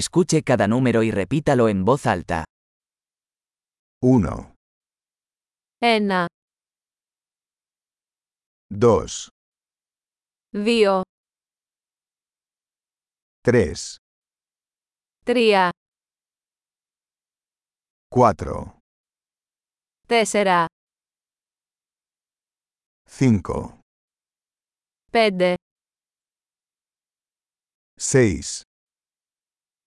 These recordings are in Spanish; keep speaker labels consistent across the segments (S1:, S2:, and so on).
S1: Escuche cada número y repítalo en voz alta.
S2: 1,
S3: Ένα,
S2: 2,
S3: δύο,
S2: 3,
S3: τρία,
S2: 4,
S3: τέσσερα,
S2: 5,
S3: πέντε,
S2: 6,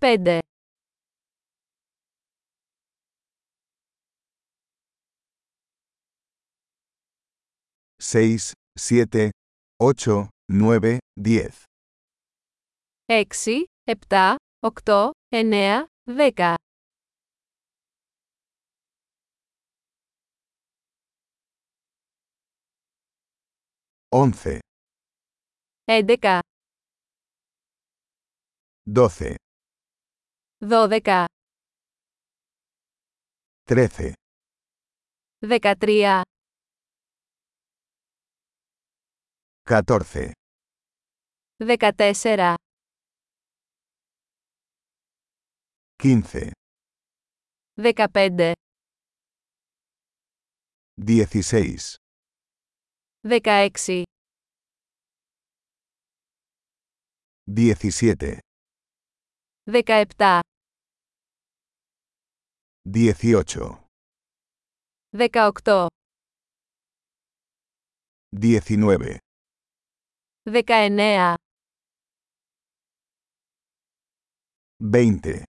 S3: πέντε,
S2: 6, 7, 8, 9, 10,
S3: έξι, επτά, οκτώ, εννέα, δέκα,
S2: 11,
S3: έντεκα,
S2: 12,
S3: δώδεκα,
S2: 13,
S3: δεκατρία,
S2: 14,
S3: δεκατέσσερα,
S2: 15,
S3: δεκαπέντε,
S2: 16,
S3: δεκαέξι,
S2: 17,
S3: δεκαεπτά,
S2: 18,
S3: δεκαοκτώ,
S2: 19,
S3: δεκαεννέα,
S2: 20,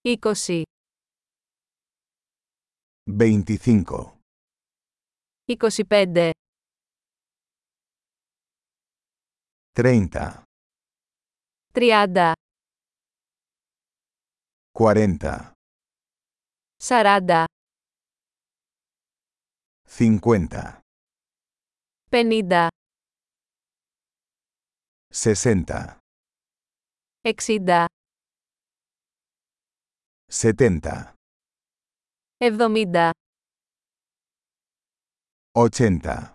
S3: είκοσι,
S2: 25.
S3: εικοσιπέντε,
S2: 30,
S3: τριάντα,
S2: 40,
S3: σαράντα,
S2: 50,
S3: πενήντα,
S2: 60,
S3: εξήντα,
S2: 70,
S3: εβδομήντα,
S2: 80,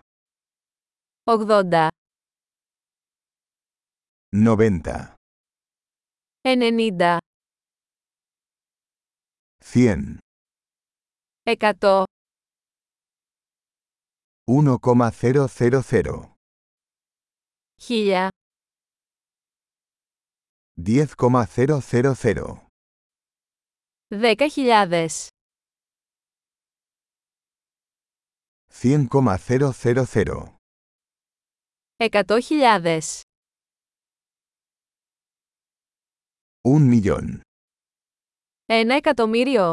S3: ογδόντα,
S2: 90,
S3: ενενήντα,
S2: 100,
S3: εκατό,
S2: 1,000,
S3: χίλια,
S2: 10,000,
S3: δέκα χιλιάδες,
S2: 100,000,
S3: εκατό χιλιάδες,
S2: 1 millón.
S3: ένα εκατομμύριο.